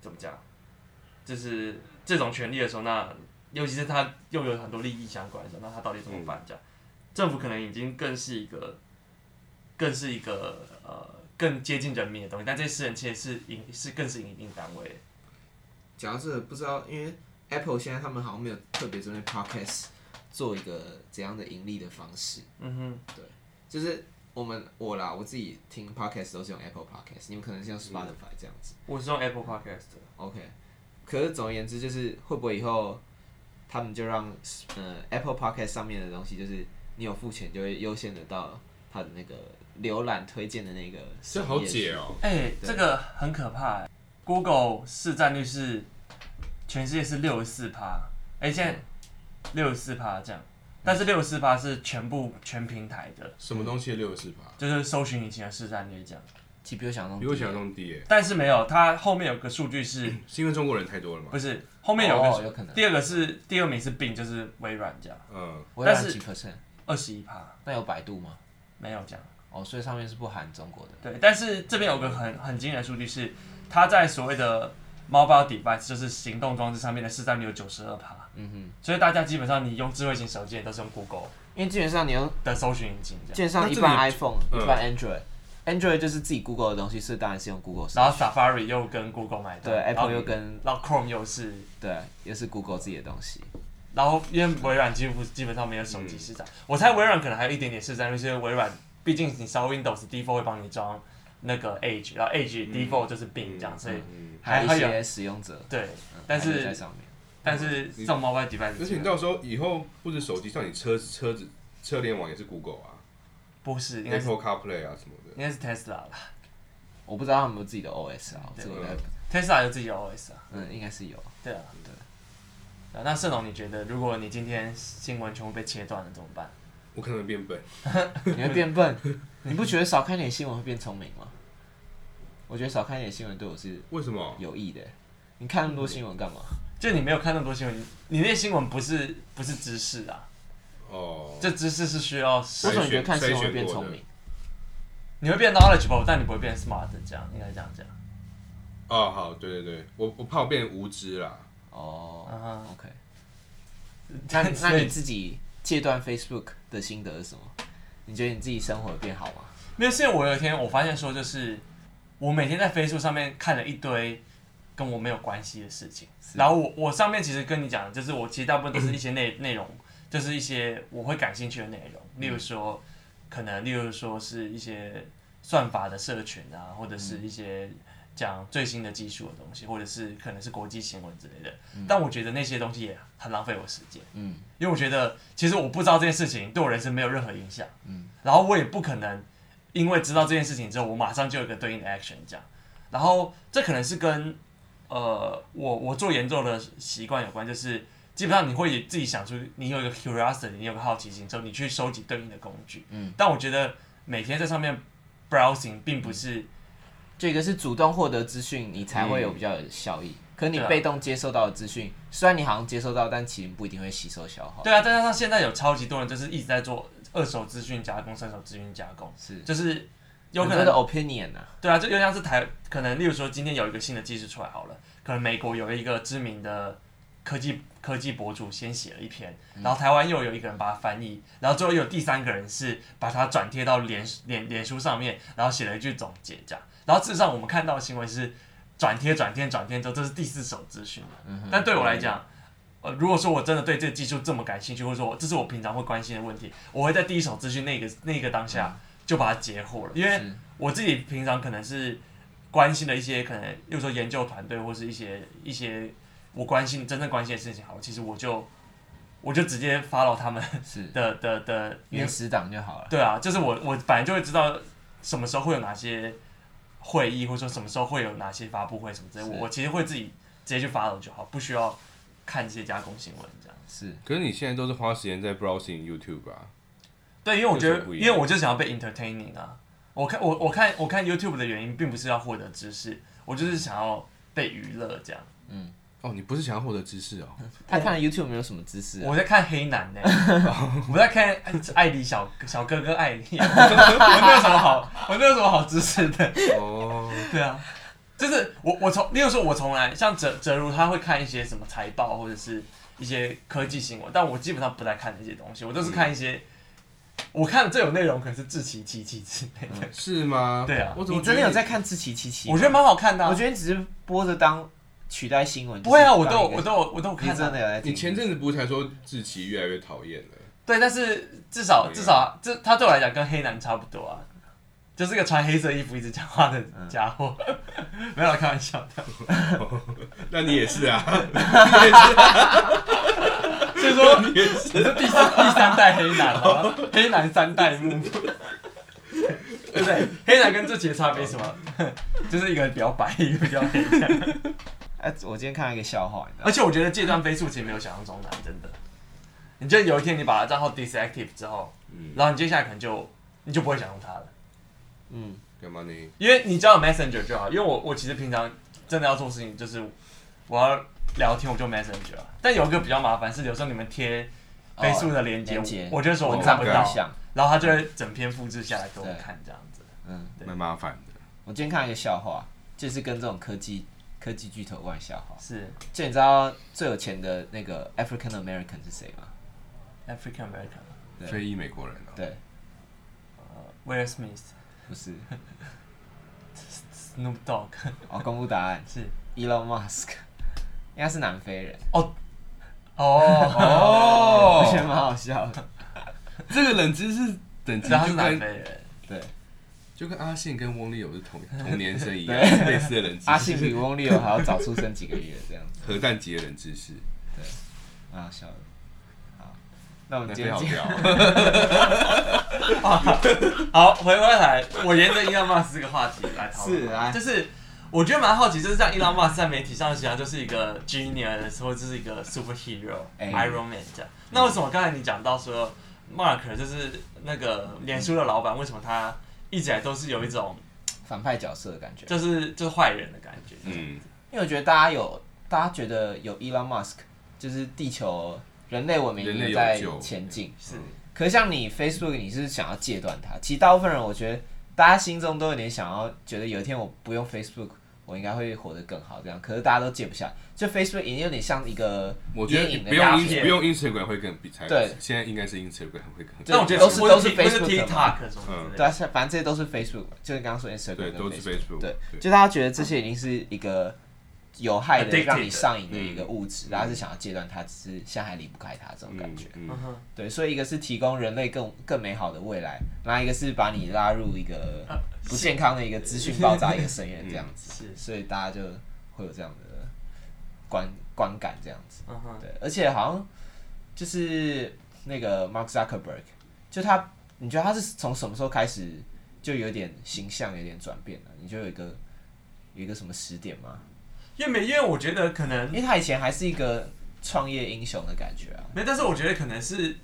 S1: 怎么讲，就是这种权利的时候，那尤其是它又有很多利益相关的时候，那它到底怎么办？这样，政府可能已经更是一个，更是一个呃更接近人民的东西，但这些私人企业是营是更是营运单位。
S3: 讲到这个，不知道因为 Apple 现在他们好像没有特别针对 Podcast 做一个怎样的盈利的方式，
S1: 嗯哼。
S3: 就是我们我啦，我自己听 Podcast 都是用 Apple Podcast，你们可能是用 Spotify 这样子、
S1: 我是用 Apple Podcast 的
S3: o k 可是总而言之，就是会不会以后他们就让呃 Apple Podcast 上面的东西，就是你有付钱就会优先得到它的那个浏览推荐的那个。
S2: 这好解。哦、
S1: 哎、
S3: 对
S1: 这个很可怕、哎 Google 市占率是全世界是六十四趴，哎、现
S3: 嗯
S1: 在六十四趴这样，但是六十四趴是全部全平台的，
S2: 什么东西六十四趴，
S1: 就是搜寻引擎的市占率这样。
S3: 其实比我想象中
S2: 比
S3: 低
S2: 我想象中低耶、
S3: 嗯
S1: 但是没有，它后面有个数据 是，
S2: 是因为中国人太多了嘛？
S1: 不是后面有个、
S3: 哦有可能
S1: 第二个是第二名是病，就是微软这样，
S2: 嗯，
S3: 微软
S1: 但是
S3: 几 percent？
S1: 二十一趴
S3: 那有百度吗？
S1: 没有这样。
S3: 哦，所以上面是不含中国的。
S1: 对，但是这边有个很很惊人的数据是，它在所谓的 mobile device，就是行动装置上面的市占率有九十二趴。
S3: 嗯哼，
S1: 所以大家基本上你用智慧型手机也都是用 Google
S3: 因为基本上你用，
S1: 的搜寻引擎这
S3: 基
S1: 样，
S3: 本上
S2: 那
S3: 一
S2: 这
S3: 般
S2: 里
S3: iPhone，
S2: 嗯
S3: 一般 Android。Android 就是自己 Google 的东西，所以当然是用 Google 搜
S1: 然后
S3: 寻。
S1: Safari 又跟 Google 买单，
S3: 对
S1: 然后
S3: ，Apple 又跟
S1: 然后 Chrome 又是，
S3: 对，又是 Google 自己的东西。
S1: 然后因为微软几乎基本上没有手
S3: 嗯
S1: 机市场，我猜微软可能还有一点点市占率，是因为微软毕竟你烧 Windows default 会帮你装那个 Edge，然后 Edge default 就是 Bing 这样，所以
S2: 嗯
S3: 还有
S1: 还
S3: 一
S1: 有
S3: 些使用者，
S1: 对，
S3: 嗯
S1: 但
S3: 还有在
S1: 是
S3: 上面，嗯
S1: 但是这种 mobile device
S2: 而且你到时候以后不止手机上，你车车子车联网也是 Google 啊
S1: 不是应该是
S2: ，Apple CarPlay 啊什么的。
S1: 应该是 Tesla 吧
S3: 我不知道他们有没有自己的 OS 啊，这个我在
S1: ，Tesla 有自己的 OS 啊，
S3: 嗯应该是有。
S1: 对啊，对。啊那盛龙，你觉得如果你今天新闻全部被切断了怎么办？
S2: 我可能会变笨，
S3: 你会 变笨，你不觉得少看点新闻会变聪明吗？我觉得少看点新闻对我是
S2: 为什么？
S3: 有益的。你看
S1: 嗯
S3: 那么多新闻干嘛？
S1: 就你没有看那么多新闻，你那些新闻不是不是知识啊，
S2: 哦，
S1: 这知识是需要
S3: 为什
S2: 选
S3: 么你觉得看新闻
S2: 筛
S3: 会
S2: 选
S3: 变
S2: 过
S3: 聪
S2: 的
S3: 明？
S1: 你会变 knowledgeable，但你不会变 smart，这样应该这样讲。
S2: 哦，好，对对对，我我怕我变无知啦。
S1: 嗯
S3: 哦
S1: 哼
S3: ，OK。那那
S1: 所以
S3: 你自己戒断 Facebook 的心得是什么？你觉得你自己生活有变好吗？
S1: 没有，是因为我有一天我发现说，就是我每天在 Facebook 上面看了一堆跟我没有关系的事情，然后我我上面其实跟你讲的，就是我其实大部分都是一些内内容，就是一些我会感兴趣的内容，例如说可能例如说是一些算法的社群啊，或者是一些讲最新的技术的东西，或者是可能是国际新闻之类的，但我觉得那些东西也很浪费我时间。
S3: 嗯，
S1: 因为我觉得其实我不知道这件事情对我人生没有任何影响，嗯，然后我也不可能因为知道这件事情之后，我马上就有一个对应的 action 这样，然后这可能是跟呃我我做研究的习惯有关，就是基本上你会自己想出你有一个 curiosity，你有个好奇心之后，你去收集对应的工具，嗯，但我觉得每天在上面 browsing 并不是
S3: 这个是主动获得资讯，你才会有比较有效益。可你
S1: 嗯对啊
S3: 被动接受到的资讯，虽然你好像接受到，但其实不一定会吸收消化。
S1: 对啊，再加上现在有超级多人就是一直在做二手资讯加工、三手资讯加工，
S3: 是
S1: 就是有可
S3: 很
S1: 能
S3: 多的 opinion 啊，
S1: 对啊，就有点像是台，可能例如说今天有一个新的技术出来好了，可能美国有一个知名的科技科技博主先写了一篇，然后台湾又有一个人把它翻译，然后最后又有第三个人是把它转贴到脸脸脸书上面，然后写了一句总结这样。然后事实上我们看到的新闻是转贴转贴转贴之后，这是第四手资讯了。但对我来讲。呃，如果说我真的对这个技术这么感兴趣，或者说我这是我平常会关心的问题，我会在第一手资讯那个那个当下就把它截获了，因为
S3: 是
S1: 我自己平常可能是关心的一些可能，例如说研究团队或是一些一些我关心真正关心的事情，好了，其实我就我就直接 follow 他们
S3: 是
S1: 的的的
S3: 原始档就好了。
S1: 对啊，就是我我本来就会知道什么时候会有哪些会议，或者说什么时候会有哪些发布会什么之类的，
S3: 是
S1: 我我其实会自己直接去 follow 就好，不需要看这些加工新闻这样。
S3: 是
S2: 可是你现在都是花时间在 browsing YouTube 啊？
S1: 对，因为我觉
S2: 有什
S1: 得
S2: 么，不一
S1: 因
S2: 样
S1: 为我就想要被 entertaining 啊。我看我我看我看 YouTube 的原因，并不是要获得知识，我就是想要被娱乐这样。
S2: 哦，你不是想要获得知识哦？
S3: 他看了 YouTube 没有什么知识啊、
S1: 我在看黑男 呢、我在看哎艾迪小小哥哥艾迪， 我那有什么好，我那有什么好知识的？
S2: 哦，
S1: 对啊，就是我我从，例如说，我从来像哲哲如他会看一些什么财报或者是一些科技新闻，但我基本上不太看那些东西，我都是看一些，
S3: 嗯
S1: 我看的最有内容可能是志奇七七之类的，
S2: 是吗？
S1: 对啊
S2: 我怎么
S3: 你
S2: 觉
S3: 真
S2: 得
S3: 的有在？看自奇七七？
S1: 我觉得蛮好看的、啊。
S3: 我觉得你只是播着当取代新闻。
S1: 不会啊，
S3: 就
S1: 我都
S3: 是当
S1: 有
S3: 一个
S1: 我都有我都有
S3: 你
S1: 看、啊、
S3: 真的有在听？
S2: 你前阵子不是才说志奇越来越讨厌了？
S1: 对，但是至少
S3: 啊
S1: 至少这他对我来讲跟黑男差不多啊，就是个穿黑色衣服一直讲话的家 伙，没有啦开玩笑的。
S2: 那你也是啊？
S3: 所 以说你是第三第三代黑男
S1: 啊
S3: 吗？黑男三代目，对不对？黑男跟这其实差没 什么，就是一个比较白，一个比较黑这样。哎、我今天看了一个笑话，你知道吗
S1: 而且我觉得戒断飞速其实没有想象中难，真的。你就有一天你把账号 disactive 之后，然后你接下来可能就你就不会想用它了，
S3: 嗯，
S2: 干嘛呢？
S1: 因为你只要有 Messenger 就好。因为我我其实平常真的要做事情，就是我要聊天我就 Messenger 啊。但有一个比较麻烦是，有时候你们贴飞速的连接，
S3: 哦连接
S1: 我我就说我
S3: 文
S1: 看
S3: 章
S1: 不
S3: 不
S1: 到
S3: 要，想。
S1: 然后他就会整篇复制下来给我
S3: 对
S1: 看这样子。
S3: 嗯，
S1: 对
S2: 蛮麻烦的。
S3: 我今天看了一个笑话，就是跟这种科技科技巨头有关的笑话。
S1: 是
S3: 就你知道最有钱的那个 African American 是谁吗？
S1: African American
S3: 对
S2: 非裔美国人啊，
S3: 对，
S1: 呃 Will Smith
S3: 不是。
S1: Snoop Dogg
S3: 哦，公布答 案
S1: 是
S3: Elon Musk，应该是南非人。
S1: 哦，
S3: 我觉得
S2: 哦，
S3: 蛮好笑的。
S2: 这个冷知识等级
S1: 知道他是
S2: 就
S1: 南
S2: 跟
S1: 非人。
S3: 对，
S2: 就跟阿信跟翁立友是同同年生一样，
S3: 对
S2: 类似的冷知识。
S3: 阿信比翁立友还要早出生几个月，这样子，
S2: 核弹级的冷知识，
S3: 蛮好笑的。好，那我们
S2: 南
S3: 今
S2: 非
S3: 天
S2: 好
S3: 进
S2: 屌。
S1: 好，回过来，我沿着伊朗马斯这个话题来讨论。
S3: 是来
S1: 就是我觉得蛮好奇，就是像伊朗马斯在媒体上形象 就是一个 genius 或者就是一个 superhero、
S3: 哎
S1: Iron Man 这样。那为什么刚才你讲到说 Mark 就是那个脸书的老板，为什么他一直以来都是有一种
S3: 嗯反派角色的感觉，
S1: 就是就是坏人的感觉？
S2: 嗯，
S3: 因为我觉得大家有大家觉得有 Elon Musk，就是地球人类文明
S2: 人类
S3: 有
S2: 有
S3: 在
S2: 救
S3: 前进，
S2: 嗯
S1: 是
S3: 可是像你 Facebook，你是想要戒断它。其实大部分人，我觉得大家心中都有点想要觉得有一天我不用 Facebook，我应该会活得更好这样。可是大家都戒不下，就 Facebook 已经有点像一个
S2: 我觉
S3: 眼
S2: 得
S3: 影
S2: 不
S3: 的
S2: 用
S3: 鸦
S2: ins
S3: 片，
S2: 不用 Instagram 会更比才
S3: 对
S2: 现在应该是 Instagram 会更
S3: 对
S1: 但我觉得
S3: 都是
S1: 或
S3: 都是
S1: 是或
S3: Facebook 嘛
S1: TikTok 什么
S2: 嗯
S1: 之类
S3: 对啊，
S1: 的。
S3: 像反正这些都是 Facebook，就是刚刚说 Instagram
S2: 对，
S3: 跟
S2: 都是 Facebook
S3: 对，
S2: 对
S3: 就大家觉得这些已经是一个有害的、
S1: Addicted
S3: 让你上瘾的一
S2: 嗯
S3: 个物质，大家是想要戒断它，只是现在还离不开它这种感觉。
S2: 嗯
S1: 嗯哼，
S3: 对，所以一个是提供人类更更美好的未来，然后一个是把你拉入一个不健康的一个 资讯爆炸一个深渊这样子，
S1: 啊嗯是
S3: 所以大家就会有这样的观观感这样子。
S1: 嗯哼，
S3: 对，而且好像就是那个 Mark Zuckerberg，就他，你觉得他是从什么时候开始就有点形象有点转变了？你就有一个有一个什么时点吗？
S1: 因为没，因为我觉得可能
S3: 因为他以前还是一个创业英雄的感觉啊。
S1: 没，但是我觉得可能是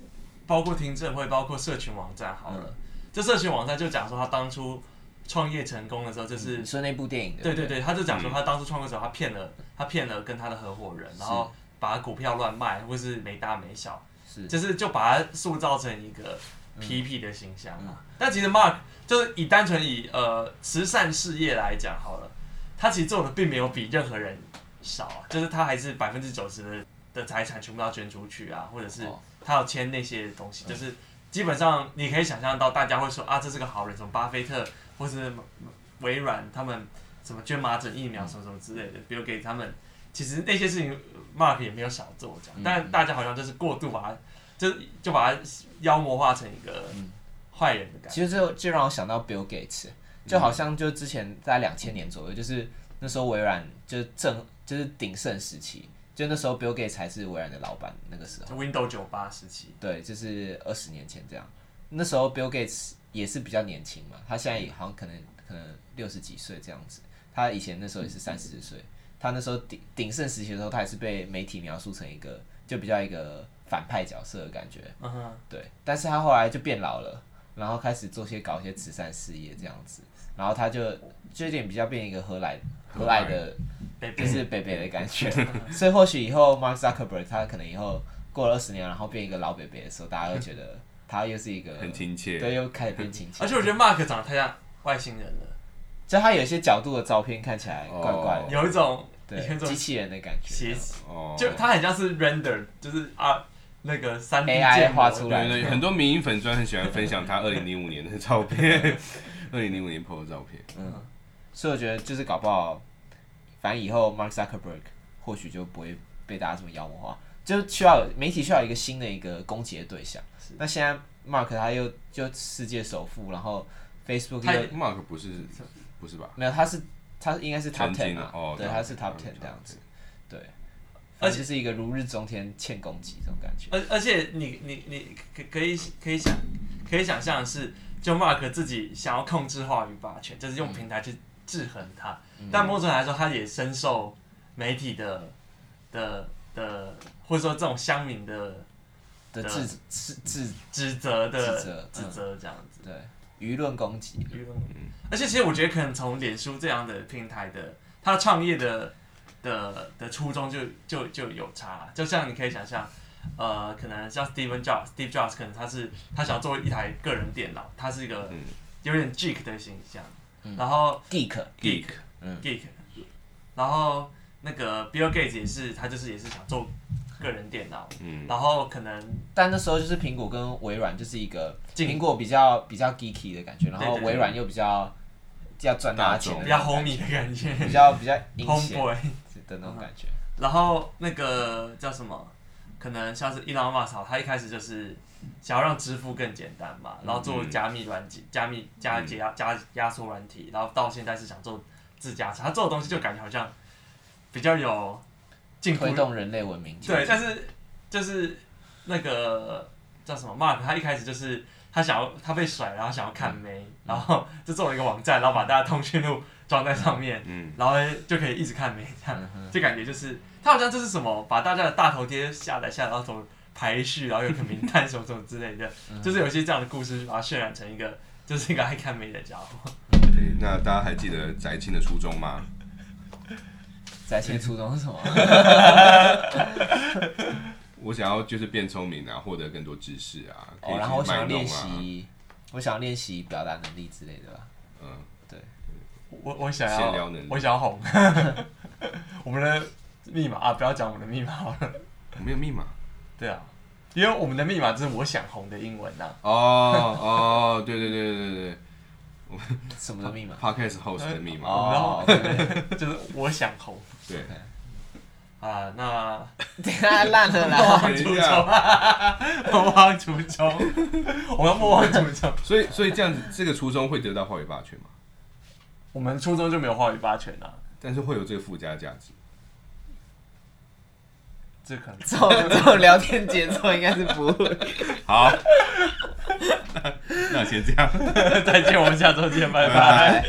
S1: 包括听证会，包括社群网站好
S3: 嗯
S1: 了。这社群网站就讲说他当初创业成功的时候，就是、
S3: 你说那部电影的，
S1: 对对
S3: 不
S1: 对，他就讲
S3: 嗯
S1: 说他当初创业的时候，他骗了他骗了跟他的合伙人，然后把股票乱卖，或是没大没小，
S3: 是嗯
S1: 就是就把他塑造成一个 PP 的形象嘛。但其实 Mark 就是以单纯以呃慈善事业来讲好了，他其实做的并没有比任何人少啊，就是他还是百分之九十的的财产全部都要捐出去啊，或者是
S3: 哦
S1: 他要签那些东
S3: 嗯
S1: 西，就是基本上你可以想象到大家会说啊，这是个好人，什么巴菲特或是微软他们什么捐麻疹疫
S3: 嗯
S1: 苗什么什么之类的，比如给他们，其实那些事情 Mark 也没有少做这样，
S3: 嗯
S1: 但大家好像就是过度把它，就就把它妖魔化成一个
S3: 嗯
S1: 坏人的感觉。嗯
S3: 其实这这让我想到 Bill Gates，就好像就之前在两千年左右，就是那时候微软就是正就是鼎盛时期，就那时候 Bill Gates 才是微软的老板那个时候。
S1: 就 Windows 九八时期，
S3: 对，就是二十年前这样。那时候 Bill Gates 也是比较年轻嘛，他现在也好像可能可能六十几岁这样子。他以前那时候也
S1: 嗯
S3: 是三十岁，他那时候鼎鼎盛时期的时候，他也是被媒体描述成一个就比较一个反派角色的感觉。
S1: 嗯哼，
S3: 对，但是他后来就变老了，然后开始做些搞一些慈善事业这样子，然后他就就有点比较变一个和蔼和蔼的，
S1: 被被
S3: 就是北北的感觉。 所以或许以后 Mark Zuckerberg 他可能以后过了二十年，然后变一个老北北的时候，大家又觉得他又是一个
S2: 很亲切。
S3: 对，又开始变亲 切
S1: 而。且我觉得 Mark 长得太像外星人了，
S3: 就他有一些角度的照片看起来怪怪的
S2: 哦，
S1: 有一种有一
S3: 对，
S1: 种
S3: 机器人的感
S1: 邪
S3: 觉。
S2: 哦，
S1: 就它很像是 render，就是啊那个三 D
S3: AI
S1: 建模
S3: 画出来
S2: 对对，很多民营粉专很喜欢分享他二零零五年的照片，二零零五年 PO 的照片。
S3: 所以我觉得就是搞不好，反正以后 Mark Zuckerberg 或许就不会被大家这么妖魔化，就需要媒体需要一个新的一个攻击的对象。那现在 Mark 他又就世界首富，然后 Facebook
S1: 他
S3: 又
S2: Mark 不是不是吧？
S3: 没有，他是他应该是
S2: 曾
S3: Top Ten
S2: 经的
S3: 啊，
S2: 哦
S3: 对，
S2: ，top
S3: 他是
S2: ten，
S3: Top
S2: top
S3: Ten
S2: ten
S3: 这样子，对。而且是一个如日中天、欠攻击这种感觉。
S1: 而而且你你你可可以可以想可以想象的是，John Mark 自己想要控制话语霸权，就是用平台去制衡他。
S3: 嗯
S1: 但某种程度来说，他也深受媒体的的的，或者说这种乡民的
S3: 的自自自
S1: 指责的
S3: 指责嗯
S1: 指责这样子。
S3: 对舆论攻击，
S1: 舆论嗯而且其实我觉得可能从脸书这样的平台的，它创业的的的初衷就就就有差，就像你可以想象，呃，可能像 Steven Jobs、Steve Jobs，可能他是他想做一台个人电脑，他是一个有点 geek 的形象，然后
S3: geek
S2: geek，
S1: geek，然后那个 Bill Gates 也是，他就是也是想做个人电脑，
S2: 嗯，
S1: 然后可能
S3: 但那时候就是苹果跟微软就是一个
S1: 竞
S3: 苹果比较比较 geeky 的感觉，然后
S1: 对对对
S3: 微软又比较要赚大家钱的
S1: 比
S3: 那
S1: 较
S3: 种感觉，
S1: homie 的感 觉
S3: 比较比较阴 险
S1: ，homeboy。
S3: 的那种感觉。
S1: 然后那个叫什么，可能像是 Elon Musk，他一开始就是想要让支付更简单嘛，
S3: 嗯
S1: 然后做加密软件、加密加解压加压缩软体，然后到现在是想做自驾车，他做的东西就感觉好像比较有嗯进步
S3: 推，动人类文明。
S1: 对，，但是就是那个叫什么 Mark，他一开始就是。他想要，他被甩，然后想要
S3: 嗯
S1: 看妹，然后就做了一个网站，然后把大家通讯录装在上面，
S2: 嗯，
S1: 然后就可以一直看没这样，就感觉就是他好像这是什么，把大家的大头贴下载下来，然后从排序，然后有个名单什么什么之类的，就是有一些这样的故事，把它渲染成一个就是一个爱看美的家伙。
S2: 对那大家还记得翟青的初衷吗？
S3: 在线初 衷是什么？
S2: 我想要就是变聪明啊，获得更多知识啊，可以
S3: 哦，然后我
S2: 去
S3: 想
S2: 卖
S3: 要练
S2: 弄啊，
S3: 习，我想要练习表达能力之类的吧。
S2: 嗯，
S1: 我我想
S2: 闲聊
S1: 要
S2: 能力，
S1: 我想要 红，我们的密码啊，不要讲我们的密码好了。
S2: 我没有密码。
S1: 对啊，因为我们的密码就是我想红的英文呐、啊。
S2: 哦哦，对对对对对对
S3: 什么的密码？
S2: ，Podcast host 的密码，
S3: 哦，
S1: 就是我想红
S2: 对，
S1: 啊，那
S3: 等一下烂了
S1: 莫
S3: 啦。
S1: 忘初衷， 莫忘初衷，我们要莫忘初衷。
S2: 所以所以这样子，这个初衷会得到话语霸权嘛？
S1: 我们初中就没有话语霸权啊，
S2: 但是会有这个附加价值，
S1: 这可能
S3: 这种这种聊天节奏应该是 不会。
S2: 好，那先这样。
S1: 再见，我们下周见，拜拜。